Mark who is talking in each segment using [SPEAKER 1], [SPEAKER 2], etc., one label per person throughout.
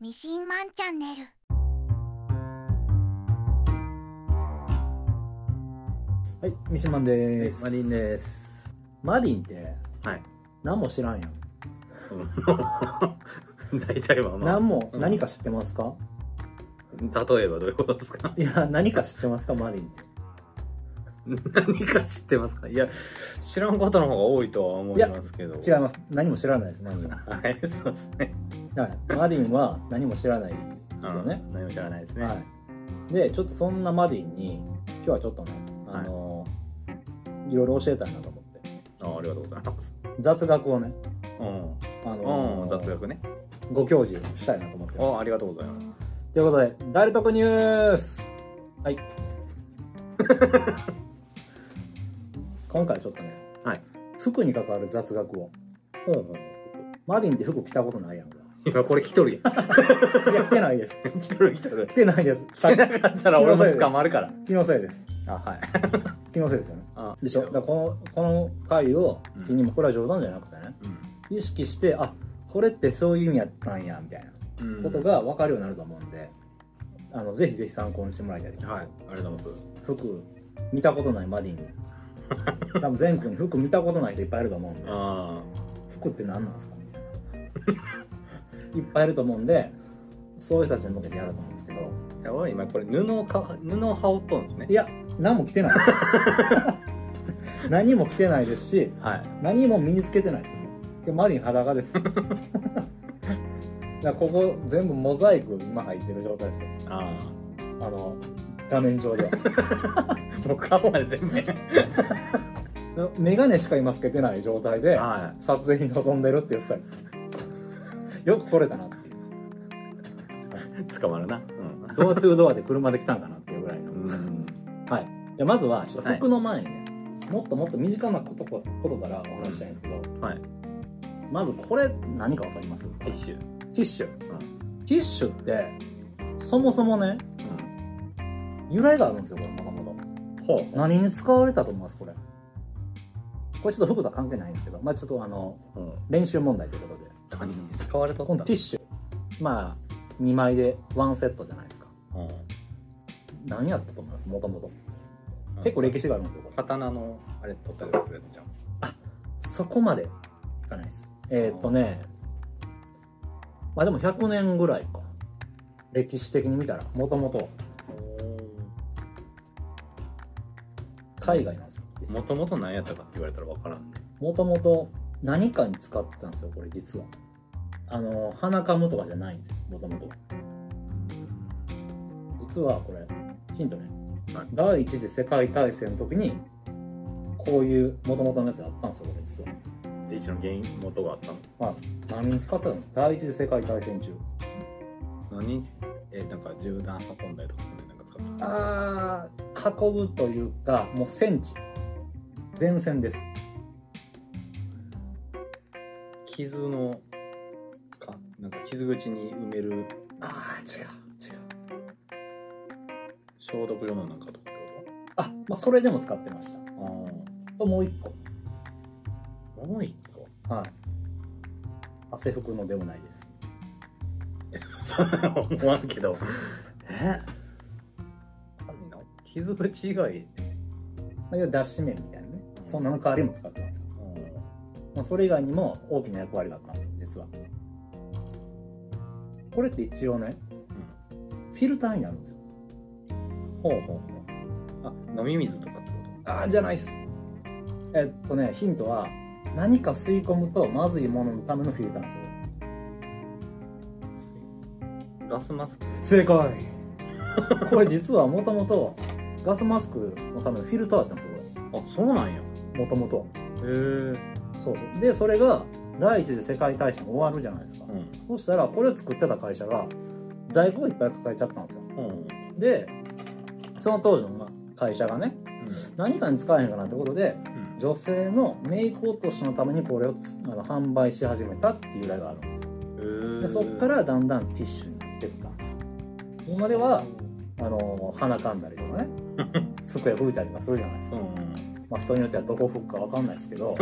[SPEAKER 1] ミシンマンチャンネル
[SPEAKER 2] はい、ミシマンです。
[SPEAKER 3] マリンです。
[SPEAKER 2] マリンって
[SPEAKER 3] はい。
[SPEAKER 2] 何も知らんやん。
[SPEAKER 3] 大体はまあ。
[SPEAKER 2] 何も
[SPEAKER 3] うん
[SPEAKER 2] 何か知ってますか？
[SPEAKER 3] 例えばどういうことですか
[SPEAKER 2] いや、何か知ってますかマリンって。
[SPEAKER 3] 何か知ってますかいや、知らんことの方が多いとは思いますけど。
[SPEAKER 2] 違います。何も知らないです。マリンは。
[SPEAKER 3] はい、そうですね。
[SPEAKER 2] はい。マリンは何も知らないですよね
[SPEAKER 3] う。ん。何も知らないですね。
[SPEAKER 2] はい。で、ちょっとそんなマリンに今日はちょっとね、あのーいろいろ教えたいなと思って。
[SPEAKER 3] あありがとうございます。
[SPEAKER 2] 雑学をね、
[SPEAKER 3] う
[SPEAKER 2] あ
[SPEAKER 3] ん。う
[SPEAKER 2] の
[SPEAKER 3] ん、
[SPEAKER 2] ー
[SPEAKER 3] 雑学ね。
[SPEAKER 2] ご教授したいなと思って
[SPEAKER 3] あ
[SPEAKER 2] ま
[SPEAKER 3] ありがとうございます。
[SPEAKER 2] す。ということで、誰得ニュース。はい。 今回はちょっとね。
[SPEAKER 3] はい。
[SPEAKER 2] 服に関わる雑学を
[SPEAKER 3] ほうほう。
[SPEAKER 2] マディンって服着たことないやんか
[SPEAKER 3] 今これ来と るやん。
[SPEAKER 2] いや着てないです
[SPEAKER 3] 来とる来とる。
[SPEAKER 2] 着てないですさ
[SPEAKER 3] 来なか ったら俺も捕まるから。
[SPEAKER 2] 気のせいです
[SPEAKER 3] あ、はい。
[SPEAKER 2] 気のせいですよね
[SPEAKER 3] あ
[SPEAKER 2] でしょだからこのこの回を
[SPEAKER 3] うん
[SPEAKER 2] 気にもこれは冗談じゃなくてね、意識してあこれってそういう意味やったんやみたいな
[SPEAKER 3] うん。
[SPEAKER 2] ことが分かるようになると思うんで、あのぜひぜひ参考にしてもらいたいと思いま
[SPEAKER 3] は
[SPEAKER 2] す、
[SPEAKER 3] い。ありがとうございます。
[SPEAKER 2] 服見たことないマディン多分全国に服見たことない人いっぱいいると思うんで
[SPEAKER 3] あ
[SPEAKER 2] 服って何なんですかみたいないっぱいいると思うんでそういう人たちに向けてやると思うんですけど
[SPEAKER 3] あ。いや俺今これ布をか、布を羽織っとるんですね
[SPEAKER 2] い。や何も着てない何も着てないですし
[SPEAKER 3] はい。
[SPEAKER 2] 何も身につけてないですよでマリン裸ですだからここ全部モザイク今入ってる状態ですよ
[SPEAKER 3] ああ。
[SPEAKER 2] あの画面上では
[SPEAKER 3] もう顔まで全部。
[SPEAKER 2] 眼鏡しか今つけてない状態で
[SPEAKER 3] は
[SPEAKER 2] 撮影に臨んでるっていうスタイルですよく来れたなっていう
[SPEAKER 3] い。捕まるな。うん。
[SPEAKER 2] ドアトゥードアで車で来たんかなっていうぐらいの
[SPEAKER 3] うん。
[SPEAKER 2] はい。じゃあまずは、ちょっと服の前にね、もっともっと身近なことこことからお話ししたいんですけど、
[SPEAKER 3] はい。
[SPEAKER 2] まずこれ何かわかりますテ
[SPEAKER 3] ティッシュ。
[SPEAKER 2] ィッシュ。ティッシュって、そもそもね、由来があるんですよ、これ、もともと。
[SPEAKER 3] うん。ほう。
[SPEAKER 2] 何に使われたと思いますこれ。これちょっと服とは関係ないんですけど、まあちょっとあの、
[SPEAKER 3] うん。
[SPEAKER 2] 練習問題ということで。
[SPEAKER 3] 何に使われた
[SPEAKER 2] 今度ティッシュ。まあ、2枚でワンセットじゃないですか。
[SPEAKER 3] うん。
[SPEAKER 2] 何やったと思いますもともと。結構歴史があるんですよ、これ。
[SPEAKER 3] 刀の、あれ取ったやつやっちゃう。
[SPEAKER 2] そこまでいかないです。えーっとね、まあでも100年ぐらいか。歴史的に見たら、もともと海外なんですよ。
[SPEAKER 3] もともと何やったかって言われたらわからんね。
[SPEAKER 2] もともと何かに使ってたんですよ、これ実は。あの、花カムとかじゃないんですよ、もともと。実はこれ、ヒントね
[SPEAKER 3] はい。
[SPEAKER 2] 第一次世界大戦の時に、こういうもともとのやつがあったんですよ、これ実は。
[SPEAKER 3] ティッシュの原因、元があったの
[SPEAKER 2] 何に使ってたの第一次世界大戦中。
[SPEAKER 3] 何え、なんか銃弾運んだりとかするなんか使った。
[SPEAKER 2] あー運ぶというかもう戦地前線です
[SPEAKER 3] 傷の、か、なんか傷口に埋める
[SPEAKER 2] ああ違う違う
[SPEAKER 3] 消毒用のなんかとかって
[SPEAKER 2] あまあそれでも使ってました
[SPEAKER 3] こと
[SPEAKER 2] ともう一個
[SPEAKER 3] ああ。もう一個。
[SPEAKER 2] はい汗拭くのでもないです
[SPEAKER 3] 思わんけどえ何の傷口以外
[SPEAKER 2] まあ、いわゆる脱脂麺みたいなねそんなの代わりも使ってたんですよ、まあ、それ以外にも大きな役割があったんですよ実はこれって一応ね、フィルターになるんですよ
[SPEAKER 3] ほうほうほうあ飲み水とかってこ
[SPEAKER 2] ああじゃないっすえっとねヒントは何か吸い込むとまずいもののためのフィルターなんですよ
[SPEAKER 3] とガスマスク
[SPEAKER 2] 正解これ実はもともとガスマスクのためのフィルターだったんですよ
[SPEAKER 3] あそうなんやへ
[SPEAKER 2] これもともとは
[SPEAKER 3] えうん
[SPEAKER 2] そうそうでそれが第一次世界大戦終わるじゃないですか、そしたらこれを作ってた会社が在庫をいっぱい抱えちゃったんですよ
[SPEAKER 3] うん
[SPEAKER 2] でその当時のまあ会社がね何かに使えへんかなってことで
[SPEAKER 3] うん
[SPEAKER 2] 女性のメイク落としのためにこれをつあの販売し始めたっていう由来があるんですよ
[SPEAKER 3] へ
[SPEAKER 2] で
[SPEAKER 3] え
[SPEAKER 2] そっからだんだんティッシュになってったんですよ今ではあの鼻かんだりとかね机拭いたりとかするじゃないですか、
[SPEAKER 3] そううん
[SPEAKER 2] ままあ、人によってはどこ吹くかわかんないですけど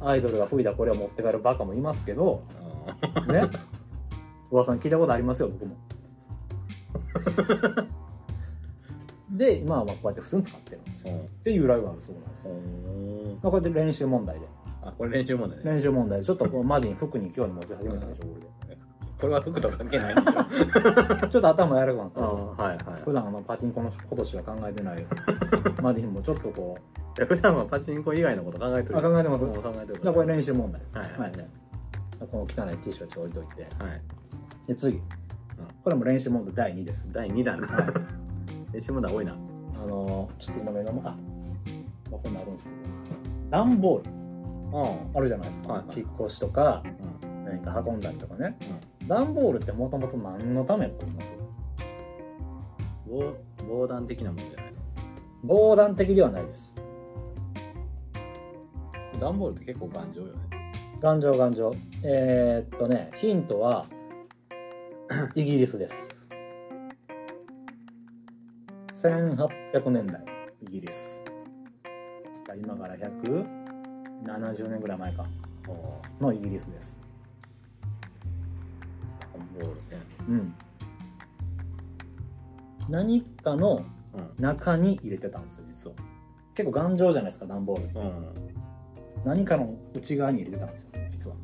[SPEAKER 2] アイドルが吹いたこれを持って帰るバカもいますけどね噂に聞いたことありますよ僕もで今はまあこうやって普通に使ってるんですよ
[SPEAKER 3] そう
[SPEAKER 2] っていう由来があるそうなんですよ、
[SPEAKER 3] そう
[SPEAKER 2] まあ、これで練習問題で
[SPEAKER 3] あこれ練習問題ね
[SPEAKER 2] 練習問題でちょっとこうマディン服に興味持ち始めたでしょこ
[SPEAKER 3] これは服と関係ないん でしょ
[SPEAKER 2] れでちょっと頭柔らかくなった
[SPEAKER 3] あ
[SPEAKER 2] でしょ
[SPEAKER 3] はいはい
[SPEAKER 2] 普段あのパチンコのことしか考えてないマディンもちょっとこう
[SPEAKER 3] いや普段はパチンコ以外のこと考えてる
[SPEAKER 2] あ考えてます
[SPEAKER 3] うん考えてる
[SPEAKER 2] じゃあこれ練習問題です、
[SPEAKER 3] はいはい
[SPEAKER 2] この汚い T シャツ置いといて
[SPEAKER 3] はい
[SPEAKER 2] で次、これも練習問題第2です
[SPEAKER 3] 第2 弾な練習問題多いな
[SPEAKER 2] あのーちょっと今目の前あまあこんなんあるんですけど段ボール
[SPEAKER 3] う
[SPEAKER 2] あるじゃないですか、
[SPEAKER 3] はいはい
[SPEAKER 2] 引っ越しとか
[SPEAKER 3] ん
[SPEAKER 2] 何か運んだりとかね段ボールってもともと何のためだと思います
[SPEAKER 3] 防防弾的なもんじゃない
[SPEAKER 2] 防弾的ではないです
[SPEAKER 3] の段ボールって結構頑丈よね
[SPEAKER 2] 頑丈頑丈えー、っとねヒントは イギリスです1800年代イギリスじゃあ今から170年ぐらい前かのイギリスです
[SPEAKER 3] 段ボールね
[SPEAKER 2] うん何かの中に入れてたんですよ実は結構頑丈じゃないですか段ボールって
[SPEAKER 3] うん、うん、
[SPEAKER 2] 何かの内側に入れてたんですよ実は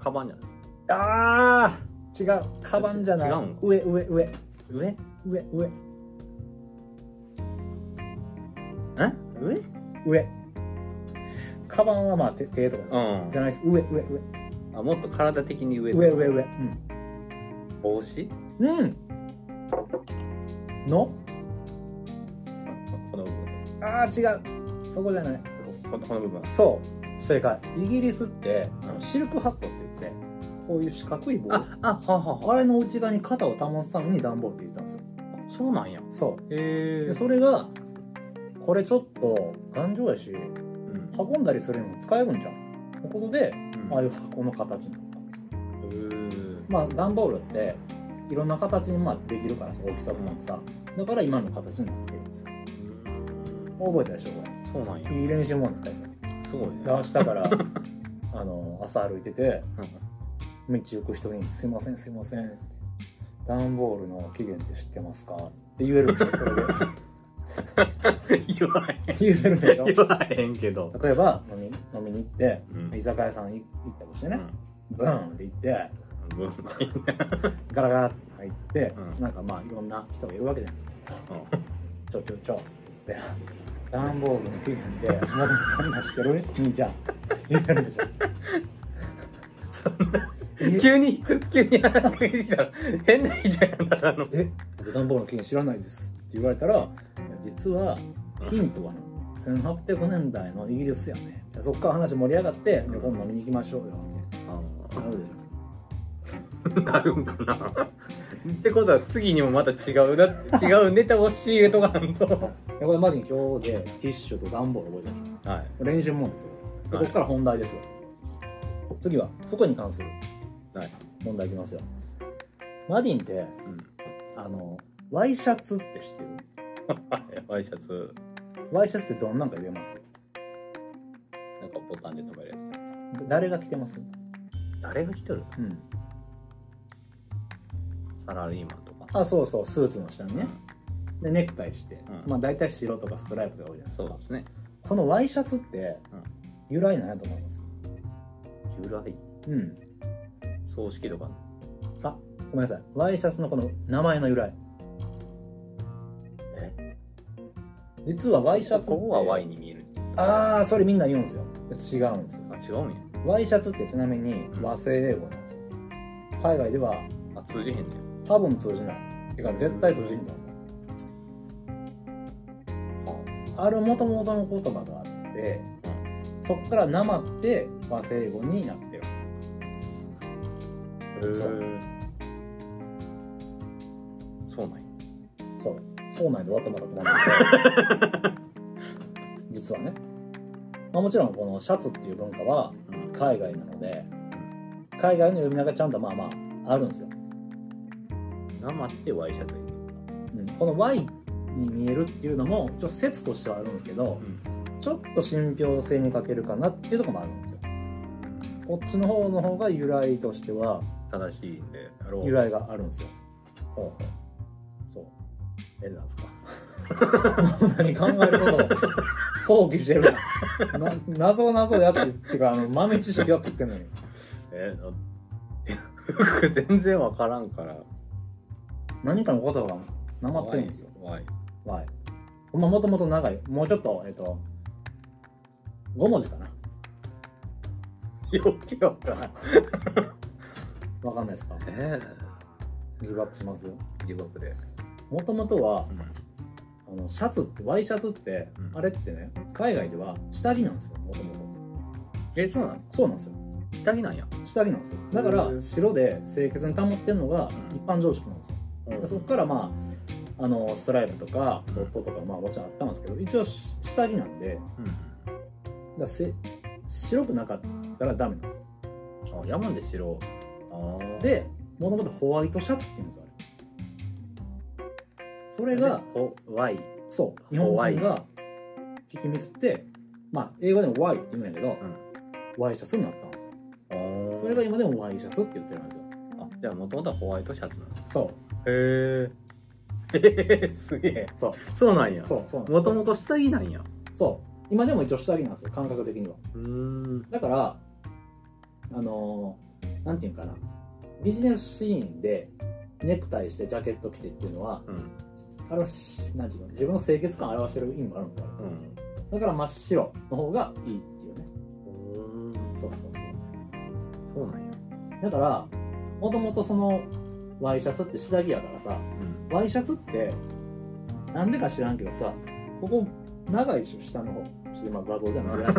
[SPEAKER 3] カバンじゃない
[SPEAKER 2] あー違うカバンじゃない
[SPEAKER 3] 違うん
[SPEAKER 2] 上上上上
[SPEAKER 3] 上
[SPEAKER 2] 上
[SPEAKER 3] え上
[SPEAKER 2] 上カバンはまあ手手とか
[SPEAKER 3] ん
[SPEAKER 2] じゃないです上上
[SPEAKER 3] あもっと体的に上
[SPEAKER 2] 上上上上うん
[SPEAKER 3] 帽子
[SPEAKER 2] うんの
[SPEAKER 3] この部分
[SPEAKER 2] あー違うそこじゃない
[SPEAKER 3] このこの部分
[SPEAKER 2] そう正解イギリスってあのシルクハットって言ってこういう四角い棒あ
[SPEAKER 3] あははは
[SPEAKER 2] れの内側に肩を保つために段ボールって入れてたんですよ
[SPEAKER 3] そうなんや
[SPEAKER 2] そ
[SPEAKER 3] へ
[SPEAKER 2] う
[SPEAKER 3] え
[SPEAKER 2] でそれがこれちょっと頑丈やし
[SPEAKER 3] うん
[SPEAKER 2] 運んだりするにも使えるんじゃんということでああいうう箱の形になったんですよ
[SPEAKER 3] ん
[SPEAKER 2] まあ段ボールっていろんな形にまあできるからさ大きさとかもさだから今の形になってるんですよ覚えたでしょこ
[SPEAKER 3] そうなんや
[SPEAKER 2] れいい練習もんだったよ
[SPEAKER 3] すごいね
[SPEAKER 2] で明日から あの朝歩いてて道行く人に「すいませんすいません」段ボールの期限って知ってますか?」って言えるでしょこれで
[SPEAKER 3] 言わへん
[SPEAKER 2] 言えるでしょ
[SPEAKER 3] 言わへんけど
[SPEAKER 2] 例えば飲み飲みに行って
[SPEAKER 3] うん
[SPEAKER 2] 居酒屋さんい行ったとしてね、ブーンって行って
[SPEAKER 3] うんうん
[SPEAKER 2] ガラガラって入って、
[SPEAKER 3] うん
[SPEAKER 2] なんかまあいろんな人がいるわけじゃないですかちょちょちょでダンボールの期限でまだ話してる兄ちゃん言ってるでしょ
[SPEAKER 3] そんな 急に急に話してきたら変な人やんだからあの
[SPEAKER 2] え僕ダンボールの期限知らないですって言われたらいや実はヒントはね1800年代のイギリスやねいやそっから話盛り上がって今度飲みに行きましょうよみたいななるでしょ
[SPEAKER 3] なるんかなってことは次にもまた違うだ違うネタを仕入れとかんと
[SPEAKER 2] いやこれまでに今日でティッシュとダンボール覚えてまし
[SPEAKER 3] はい
[SPEAKER 2] た練習もんですよで
[SPEAKER 3] は
[SPEAKER 2] こ
[SPEAKER 3] い
[SPEAKER 2] こから本題ですよ次は服に関する
[SPEAKER 3] はい
[SPEAKER 2] 問題いきますよマディンってあのワイシャツって知ってる
[SPEAKER 3] はいワイシャツ
[SPEAKER 2] ワイシャツってどんなんか言えます
[SPEAKER 3] なんかボタンで止めるやつ
[SPEAKER 2] 誰が着てます
[SPEAKER 3] 誰が着とる
[SPEAKER 2] うん。
[SPEAKER 3] サラリーマンとか
[SPEAKER 2] あ、そうそう、スーツの下にね。で、ネクタイして。
[SPEAKER 3] うん
[SPEAKER 2] まあ、大体白とかストライプとか多いじゃないで
[SPEAKER 3] そ
[SPEAKER 2] す
[SPEAKER 3] う
[SPEAKER 2] か
[SPEAKER 3] で。すね
[SPEAKER 2] このワイシャツって
[SPEAKER 3] うん、
[SPEAKER 2] 由来なんやと思います
[SPEAKER 3] 由来
[SPEAKER 2] うん。
[SPEAKER 3] 葬式とかの
[SPEAKER 2] あ、ごめんなさい。ワイシャツのこの名前の由来。
[SPEAKER 3] え
[SPEAKER 2] 実はワイシャツって。
[SPEAKER 3] ここはワイに見える
[SPEAKER 2] ああ、それみんな言うんですよ。違うんですよ。
[SPEAKER 3] あ違うんや
[SPEAKER 2] ワイシャツってちなみに
[SPEAKER 3] うん
[SPEAKER 2] 和製英語なんですよ。海外では
[SPEAKER 3] あ通じへんねん
[SPEAKER 2] 多分通じない。てか絶対通じんだあるもともとの言葉があって、そこから生って和製英語になってるんですよ。
[SPEAKER 3] そうなんや
[SPEAKER 2] 実は。そう。そうなんで終わってもらったら困るんですよ実はね。まあもちろんこのシャツっていう文化は
[SPEAKER 3] うん
[SPEAKER 2] 海外なので、海外の呼び名がちゃんとまあまああるんですよ。
[SPEAKER 3] 生ってワイシャツや
[SPEAKER 2] うん、この Y に見えるっていうのもちょっと説としてはあるんですけど、ちょっと信憑性に欠けるかなっていうところもあるんですよこっちの方の方が由来としては
[SPEAKER 3] 正しいんでやろう
[SPEAKER 2] 由来があるんですよ
[SPEAKER 3] ほうほう
[SPEAKER 2] そう
[SPEAKER 3] えなんですか
[SPEAKER 2] 何考えることを放棄してるなな謎謎やってっていうかあの豆知識やって言ってんのに
[SPEAKER 3] えな僕全然わからん から
[SPEAKER 2] 何かの言葉がなまってるんですよ
[SPEAKER 3] 怖い
[SPEAKER 2] はいほんまもともと長いもうちょっとえっと5文字かな
[SPEAKER 3] よくわからん
[SPEAKER 2] わかんないですか
[SPEAKER 3] え
[SPEAKER 2] ギブアップしますよ
[SPEAKER 3] えリバプで
[SPEAKER 2] もともとは
[SPEAKER 3] うん
[SPEAKER 2] あのシャツってワイシャツって、
[SPEAKER 3] うん
[SPEAKER 2] あれってね海外では下着なんですよもともと
[SPEAKER 3] えそうなの
[SPEAKER 2] そうなんですよ
[SPEAKER 3] 下着なんや
[SPEAKER 2] 下着なんですよだから
[SPEAKER 3] へえ
[SPEAKER 2] 白で清潔に保ってるのが
[SPEAKER 3] うん
[SPEAKER 2] 一般常識なんですよ、でそこからまああのストライプとかドットとかまあもちろんあったんですけど一応し下着なんでだか
[SPEAKER 3] うん
[SPEAKER 2] らせ白くなかったらダメなんですよ
[SPEAKER 3] あ山で白ああ
[SPEAKER 2] でもともとホワイトシャツっていうんですよあれそれが
[SPEAKER 3] ホワイ
[SPEAKER 2] そう日
[SPEAKER 3] ホ
[SPEAKER 2] 本
[SPEAKER 3] ワイ
[SPEAKER 2] 人が聞きミスってまあ英語でもワイって言うんやけど、ワイシャツになったんですよ
[SPEAKER 3] あー
[SPEAKER 2] それが今でもワイシャツって言ってるんですよ
[SPEAKER 3] あじゃあもともとはホワイトシャツなの
[SPEAKER 2] そう
[SPEAKER 3] へ えすげえ
[SPEAKER 2] そう
[SPEAKER 3] そうなんや
[SPEAKER 2] そうそうなんです
[SPEAKER 3] もともと下着なんや
[SPEAKER 2] そう今でも一応下着なんですよ感覚的には
[SPEAKER 3] うーん
[SPEAKER 2] だからあのーなんていうんかなビジネスシーンでネクタイしてジャケット着てっていうのは
[SPEAKER 3] うん
[SPEAKER 2] あれしなんていうの自分の清潔感を表してる意味もあるんですよ
[SPEAKER 3] うん
[SPEAKER 2] だから真っ白の方がいいっていうね
[SPEAKER 3] そ
[SPEAKER 2] そうそうそう
[SPEAKER 3] そうなんや
[SPEAKER 2] だからもともとそのワイシャツって下着やからさ
[SPEAKER 3] うん
[SPEAKER 2] ワイシャツってなんでか知らんけどさここ長いでしょ下の方ちょっと今画像じゃ ない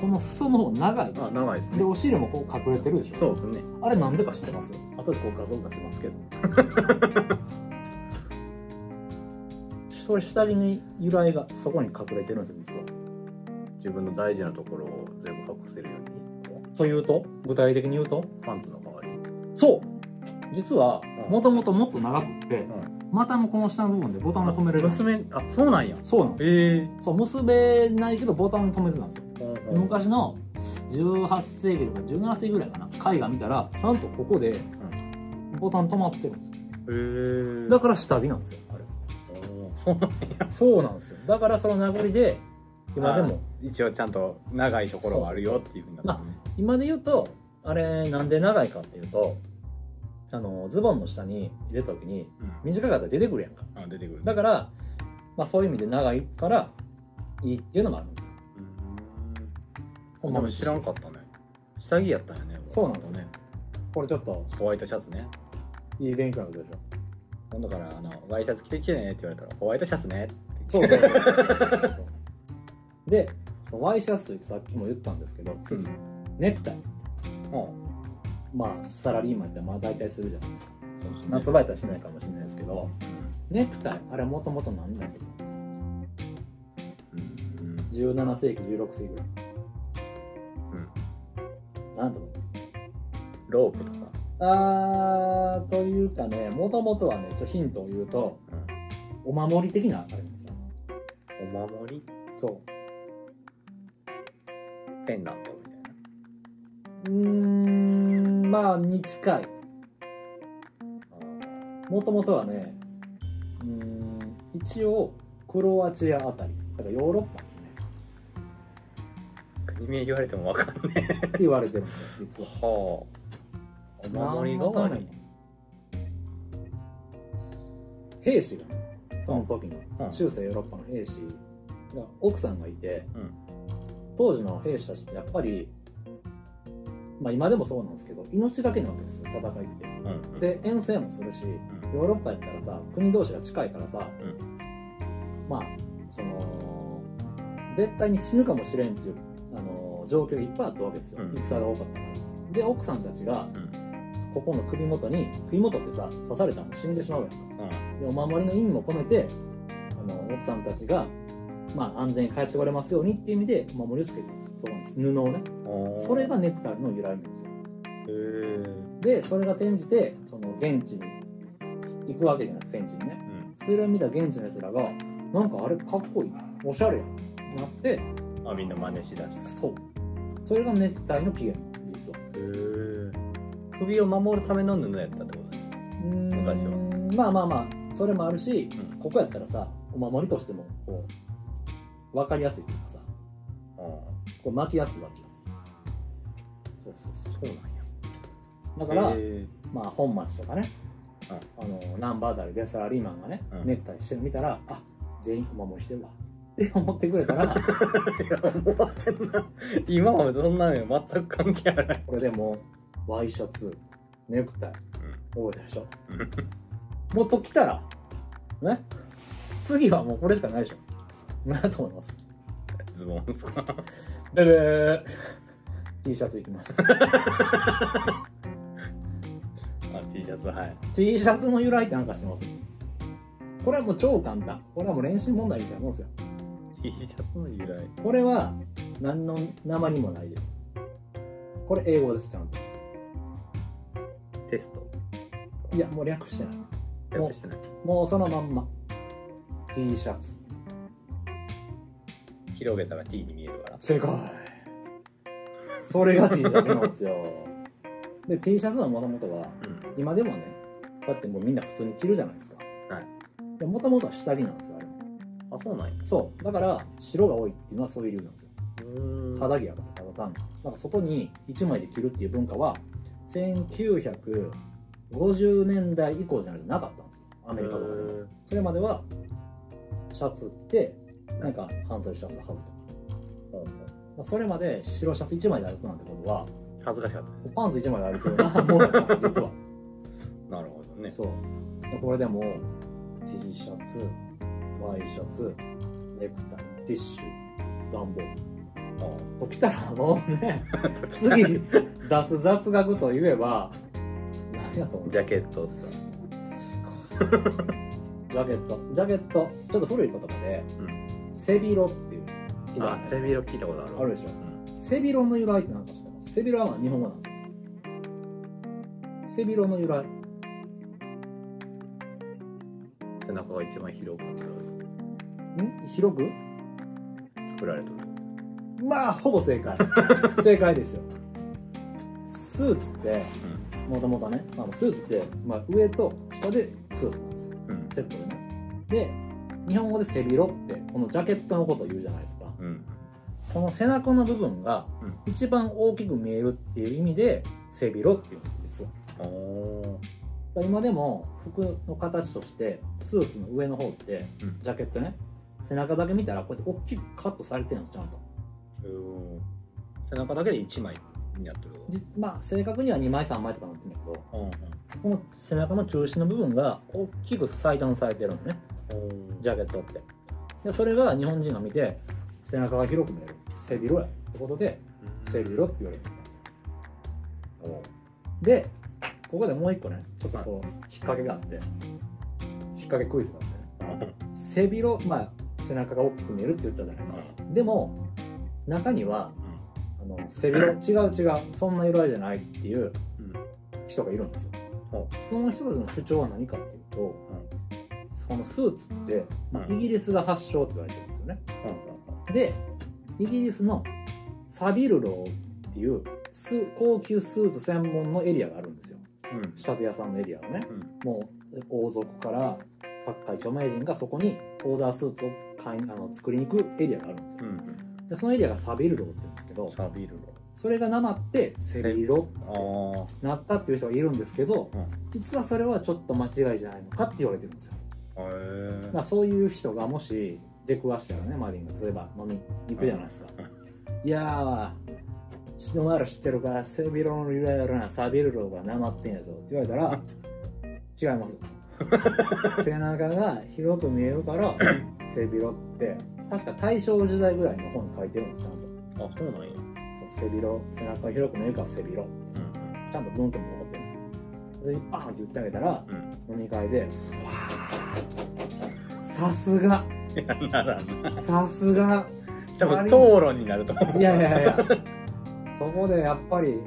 [SPEAKER 2] この裾の方長いでし
[SPEAKER 3] あ
[SPEAKER 2] ょ
[SPEAKER 3] 長いです
[SPEAKER 2] で
[SPEAKER 3] ね
[SPEAKER 2] お尻もこう隠れてるでしょ
[SPEAKER 3] そうですね
[SPEAKER 2] あれなんでか知ってます後でこう画像出しますけど それ下着に由来がそこに隠れてるんですよ
[SPEAKER 3] 自分の大事なところを全部隠せるよう
[SPEAKER 2] 実はというと具体的に言うと
[SPEAKER 3] にパンツの代わりに
[SPEAKER 2] そう実は
[SPEAKER 3] うん
[SPEAKER 2] もともともっと長くって、
[SPEAKER 3] ん
[SPEAKER 2] またもこの下の部分でボタンを止めれる
[SPEAKER 3] 娘あそうなんや
[SPEAKER 2] そうなんですよ
[SPEAKER 3] ええ
[SPEAKER 2] そう結べないけどボタンを止めてたんですよ
[SPEAKER 3] 昔
[SPEAKER 2] 昔の18世紀とか17世紀ぐらいかな絵画見たらちゃんとここでボタン止まってるんですよ
[SPEAKER 3] へえ
[SPEAKER 2] だから下着なんですよあれ
[SPEAKER 3] そうなん
[SPEAKER 2] そうなんですよだからその名残で今でも
[SPEAKER 3] 一応ちゃんと長いところはあるよっていうふうになってるね
[SPEAKER 2] 今で言うとあれなんで長いかっていうとあのズボンの下に入れた時に
[SPEAKER 3] うん
[SPEAKER 2] 短かったら出てくるやんか
[SPEAKER 3] あ出てくる
[SPEAKER 2] だから、まあ、そういう意味で長いからいいっていうのもあるんですよ
[SPEAKER 3] う
[SPEAKER 2] ほ
[SPEAKER 3] ん
[SPEAKER 2] ん
[SPEAKER 3] で
[SPEAKER 2] ま
[SPEAKER 3] も
[SPEAKER 2] に
[SPEAKER 3] 知らんかったね下着やったんやね
[SPEAKER 2] そうなんですねこれちょっと
[SPEAKER 3] ホワイトシャツね
[SPEAKER 2] いい勉強になるでしょ
[SPEAKER 3] 今度からあのワイシャツ着てきてねって言われたらホワイトシャツねって
[SPEAKER 2] そう そうそうでそのワイシャツといってさっきも言ったんですけど次、
[SPEAKER 3] うん
[SPEAKER 2] ネクタイ
[SPEAKER 3] うん
[SPEAKER 2] まあサラリーマンってまあ大体するじゃないですか
[SPEAKER 3] そうですね
[SPEAKER 2] 夏場やったらしないかもしれないですけど
[SPEAKER 3] う
[SPEAKER 2] ネクタイあれもともと何だと思います
[SPEAKER 3] ん
[SPEAKER 2] 17世紀16世紀ぐらい
[SPEAKER 3] うん
[SPEAKER 2] 何だと思います
[SPEAKER 3] ロープとか
[SPEAKER 2] あーというかねもともとはねちょっとヒントを言うとお守り的なあれなんですよ
[SPEAKER 3] うんお守り
[SPEAKER 2] そ
[SPEAKER 3] ペンダントみたいな
[SPEAKER 2] ううーんまあに近い
[SPEAKER 3] あー
[SPEAKER 2] もともとはねうーん一応クロアチアあたりだからヨーロッパですね
[SPEAKER 3] 国名言われてもわかんない
[SPEAKER 2] って言われてるんですよ実は
[SPEAKER 3] はあお守り代わり
[SPEAKER 2] 兵士がその時の
[SPEAKER 3] うん
[SPEAKER 2] 中世ヨーロッパの兵士が奥さんがいて、
[SPEAKER 3] うん
[SPEAKER 2] 当時の兵士たちってやっぱりまあ今でもそうなんですけど命がけなわけですよ戦いっ
[SPEAKER 3] うん
[SPEAKER 2] てで遠征もするしヨーロッパやったらさ国同士が近いからさ、
[SPEAKER 3] う
[SPEAKER 2] まあその絶対に死ぬかもしれんっていうあの状況がいっぱいあったわけですよ、
[SPEAKER 3] うん
[SPEAKER 2] 戦が多かったからで奥さんたちが
[SPEAKER 3] うん
[SPEAKER 2] ここの首元に首元ってさ刺されたらもう死んでしまうやんか
[SPEAKER 3] うん
[SPEAKER 2] でお守りの意味も込めてあの奥さんたちが、まあ、安全に帰ってこれますようにっていう意味でお守りをつけてたんですよそこに布をね
[SPEAKER 3] うん
[SPEAKER 2] それがネクタイの由来なんですよ
[SPEAKER 3] へー
[SPEAKER 2] でそれが転じてその現地に行くわけじゃなくて戦地にね
[SPEAKER 3] うん
[SPEAKER 2] それを見た現地の奴らがなんかあれかっこいいおしゃれやんってなって
[SPEAKER 3] あみんな真似しだし
[SPEAKER 2] そうそれがネクタイの起源なんです実は
[SPEAKER 3] たへえ首を守るための布やったってことね
[SPEAKER 2] うーん
[SPEAKER 3] 昔
[SPEAKER 2] まあまあまあそれもあるし、
[SPEAKER 3] うん
[SPEAKER 2] ここやったらさお守りとしてもこう分かりやすいというかさ
[SPEAKER 3] あ
[SPEAKER 2] こう巻きやすいわけよそうそうそうなんやだ
[SPEAKER 3] あ
[SPEAKER 2] から、
[SPEAKER 3] へ
[SPEAKER 2] まあ本町とかね、あのナンバーダルでサラリーマンがね、
[SPEAKER 3] うん
[SPEAKER 2] ネクタイしてるの見たらあ全員お守りしてるわって思ってくれたら
[SPEAKER 3] え 今はそんなの全く関係ない
[SPEAKER 2] これでもうワイシャツネクタイ覚えたでしょもっと来たらね次はもうこれしかないでしょなと思います
[SPEAKER 3] ズボンですか
[SPEAKER 2] ででー T シャツいきます
[SPEAKER 3] あ T シャツはい
[SPEAKER 2] T シャツの由来ってなんかしてますこれはもう超簡単これはもう練習問題みたいなもんですよ
[SPEAKER 3] T シャツの由来
[SPEAKER 2] これは何の生にもないですこれ英語ですちゃんと
[SPEAKER 3] テスト
[SPEAKER 2] いやもう略してない
[SPEAKER 3] やってしてない
[SPEAKER 2] もうそのまんま T シャツ
[SPEAKER 3] 広げたら T に見えるから
[SPEAKER 2] 正解それが T シャツなんですよ で T シャツのもともとは
[SPEAKER 3] うん
[SPEAKER 2] 今でもねだってもうみんな普通に着るじゃないですか
[SPEAKER 3] は
[SPEAKER 2] でもともとは下着なんですよあれ
[SPEAKER 3] あそうなんや
[SPEAKER 2] そうだから白が多いっていうのはそういう理由なんですよ
[SPEAKER 3] うん
[SPEAKER 2] 肌着やから肌単なんか外に1枚で着るっていう文化は1950年代以降じゃないとなかったんですよアメリカとかでもそれまではシャツ着てなんか半袖シャツ羽織るとかまあそれまで白シャツ1枚で歩くなんてことは
[SPEAKER 3] 恥ずかしかった
[SPEAKER 2] パンツ1枚で歩いてるような もんやから実は
[SPEAKER 3] なるほどね
[SPEAKER 2] そうでこれでも T シャツワイシャツネクタイティッシュ段ボールときたらもうね 次出す雑学といえば何やと思う
[SPEAKER 3] ジャケットとか
[SPEAKER 2] ジャケットジャケットちょっと古い言葉で、背広っていう記事
[SPEAKER 3] あ背
[SPEAKER 2] あ
[SPEAKER 3] 広聞いたことある
[SPEAKER 2] あるでしょ
[SPEAKER 3] うん
[SPEAKER 2] 背広の由来って何か知ってます背広は日本語なんですよ背広の由来
[SPEAKER 3] 背中が一番広く作られて
[SPEAKER 2] ん広く
[SPEAKER 3] る作られてる
[SPEAKER 2] まあほぼ正 解正解ですよスーツってもともとね、まあ、スーツって、まあ、上と下でスーツなんですよ
[SPEAKER 3] うん
[SPEAKER 2] セットでねで日本語で背広ってこのジャケットのことを言うじゃないですか
[SPEAKER 3] うん
[SPEAKER 2] この背中の部分が
[SPEAKER 3] うん
[SPEAKER 2] 一番大きく見えるっていう意味で背広っていうんです実は
[SPEAKER 3] お
[SPEAKER 2] だから今でも服の形としてスーツの上の方って
[SPEAKER 3] うん
[SPEAKER 2] ジャケットね背中だけ見たらこうやって大きくカットされてるのちゃんと
[SPEAKER 3] お背中だけで一枚になってる
[SPEAKER 2] じまあ正確には2枚3枚とかなってんだけど
[SPEAKER 3] うん
[SPEAKER 2] この背中の中心の部分が大きく裁断されてるのね
[SPEAKER 3] うん
[SPEAKER 2] ジャケットってでそれが日本人が見て背中が広く見える背広やってことで背広って言われるんですよ
[SPEAKER 3] お
[SPEAKER 2] でここでもう一個ねちょっとこう引っ掛けがあって引っ掛けクイズがあってね背広まあ背中が大きく見えるって言ったじゃないですかでも中にはあの背広違う違うそんな色合いじゃないっていう人がいるんですよ
[SPEAKER 3] ほ
[SPEAKER 2] その人たちの主張は何かっていうと、そのスーツって、まあ
[SPEAKER 3] うん
[SPEAKER 2] イギリスが発祥って言われてるんですよねでイギリスのサビルローっていうス高級スーツ専門のエリアがあるんですよ仕立て屋さんのエリアがねもう王族から各界著名人がそこにオーダースーツを買いあの作りに行くエリアがあるんですよでそのエリアがサビルローって言うんですけど
[SPEAKER 3] サビル
[SPEAKER 2] それがなまってセビロ
[SPEAKER 3] ロ
[SPEAKER 2] なったっていう人がいるんですけど、
[SPEAKER 3] うん
[SPEAKER 2] 実はそれはちょっと間違いじゃないのかって言われてるんですよ
[SPEAKER 3] ああへ
[SPEAKER 2] だからそういう人がもし出くわしたらねマリンが例えば飲みに行くじゃないですか、いやー知ってもら知ってるかセビロの由来やろなサビルロがなまってんやぞって言われたら違います背中が広く見えるからセビロって確か大正時代ぐらいの本に書いてるんですちゃんと
[SPEAKER 3] あそうなんや
[SPEAKER 2] そう背広背中が広く見えるから背広ちゃんと文献も残ってるんですよそれにバーンって言ってあげたら飲み会で「わーさすが
[SPEAKER 3] なら
[SPEAKER 2] さすが
[SPEAKER 3] 多分討論になると思う
[SPEAKER 2] いやいやいやそこでやっぱり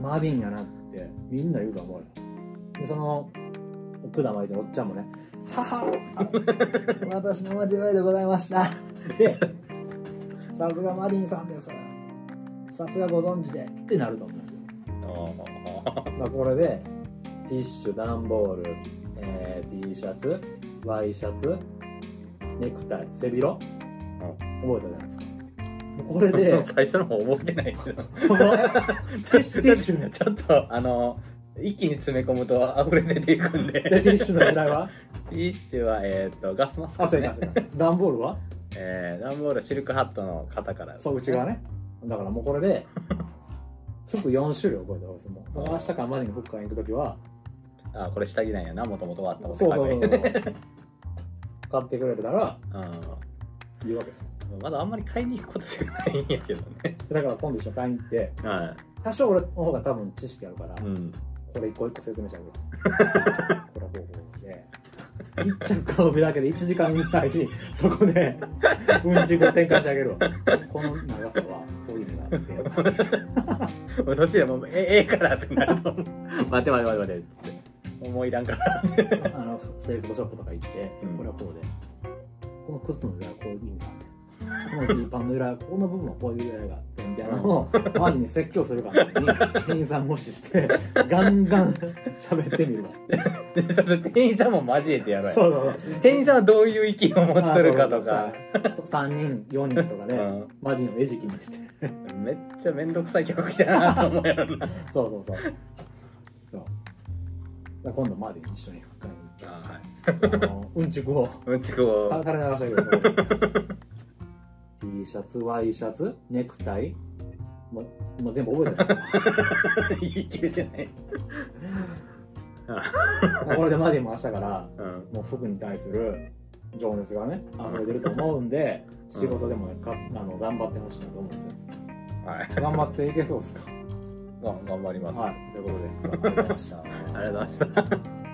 [SPEAKER 2] マディンやなってみんな言うと思うよでその奥田巻いてるおっちゃんもね「は私の間違いでございました。で、さすがマリンさんです。さすがご存知で。ってなると思うんですよ。だからこれで、ティッシュ、段ボール、えー、T シャツ、ワイシャツ、ネクタイ、背広、覚えたじゃないですか。これ で、
[SPEAKER 3] 最初の方覚えてないけ
[SPEAKER 2] こ
[SPEAKER 3] ど
[SPEAKER 2] のティッ シュティッシュ
[SPEAKER 3] ちょっとあの一気に詰め込むと溢れ出ていくん で
[SPEAKER 2] でティッシュの狙いは
[SPEAKER 3] ティッシュはえっ、とガスマスク
[SPEAKER 2] あ、
[SPEAKER 3] ね
[SPEAKER 2] そうやな、そうやな段ボールは
[SPEAKER 3] えー、段ボールシルクハットの肩から
[SPEAKER 2] そう、内側ね。だからもうこれで、服4種類覚えてます。もう明日からマリン服館行くときは、
[SPEAKER 3] あこれ下着なんやなもともとあった
[SPEAKER 2] そ
[SPEAKER 3] こ
[SPEAKER 2] う
[SPEAKER 3] と
[SPEAKER 2] そうそう
[SPEAKER 3] 書い
[SPEAKER 2] そ
[SPEAKER 3] て
[SPEAKER 2] う。買ってくれたらいいわけですよ。
[SPEAKER 3] うんまだあんまり買いに行くことじゃないんやけどね
[SPEAKER 2] だから今度一緒に買いに行って、
[SPEAKER 3] は
[SPEAKER 2] 多少俺の方が多分知識あるから、
[SPEAKER 3] い、うん、
[SPEAKER 2] これ一個一個説明してあげ る。これ方法で。一着買うだけで1時間ぐらいそこでうんちくを展開してあげるわこの長さはこういう意味があって
[SPEAKER 3] もうそっちでもうえええからってなる と思う待て待て待て待てって思いらんから
[SPEAKER 2] あのセレクトショップとか行って、
[SPEAKER 3] うん
[SPEAKER 2] これはこうでこの靴の裏はこういう意味があってこのジーパンの裏はこの部分はこういう裏があってみたいなのをマリに説教するからに店員さん無視してガンガン喋ってみるわ
[SPEAKER 3] でちょっと店員さんも交えてやろうよ
[SPEAKER 2] そうそうそう
[SPEAKER 3] 店員さんはどういう意見を持っとるかと
[SPEAKER 2] あ
[SPEAKER 3] か
[SPEAKER 2] そうそうそう3人4人とかで、
[SPEAKER 3] うん
[SPEAKER 2] マリの餌食にして
[SPEAKER 3] めっちゃめんどくさい曲来たなと思うや ろな
[SPEAKER 2] そうそうそうそうだから今度マリに一緒に深い
[SPEAKER 3] あ
[SPEAKER 2] あ のうんちくを
[SPEAKER 3] ーうんちくを
[SPEAKER 2] 垂れ流したけど T シャツ Y シャツネクタイもうもう全部覚えてない
[SPEAKER 3] 言い切れてない
[SPEAKER 2] これでマディも明日から
[SPEAKER 3] うん
[SPEAKER 2] もう服に対する情熱がね溢れてると思うんで仕事でもねかあの頑張ってほしいなと思うんですよ
[SPEAKER 3] はい
[SPEAKER 2] 頑張ってい けそうですか
[SPEAKER 3] が頑張ります、
[SPEAKER 2] はいということで頑張りました
[SPEAKER 3] ありがとうございました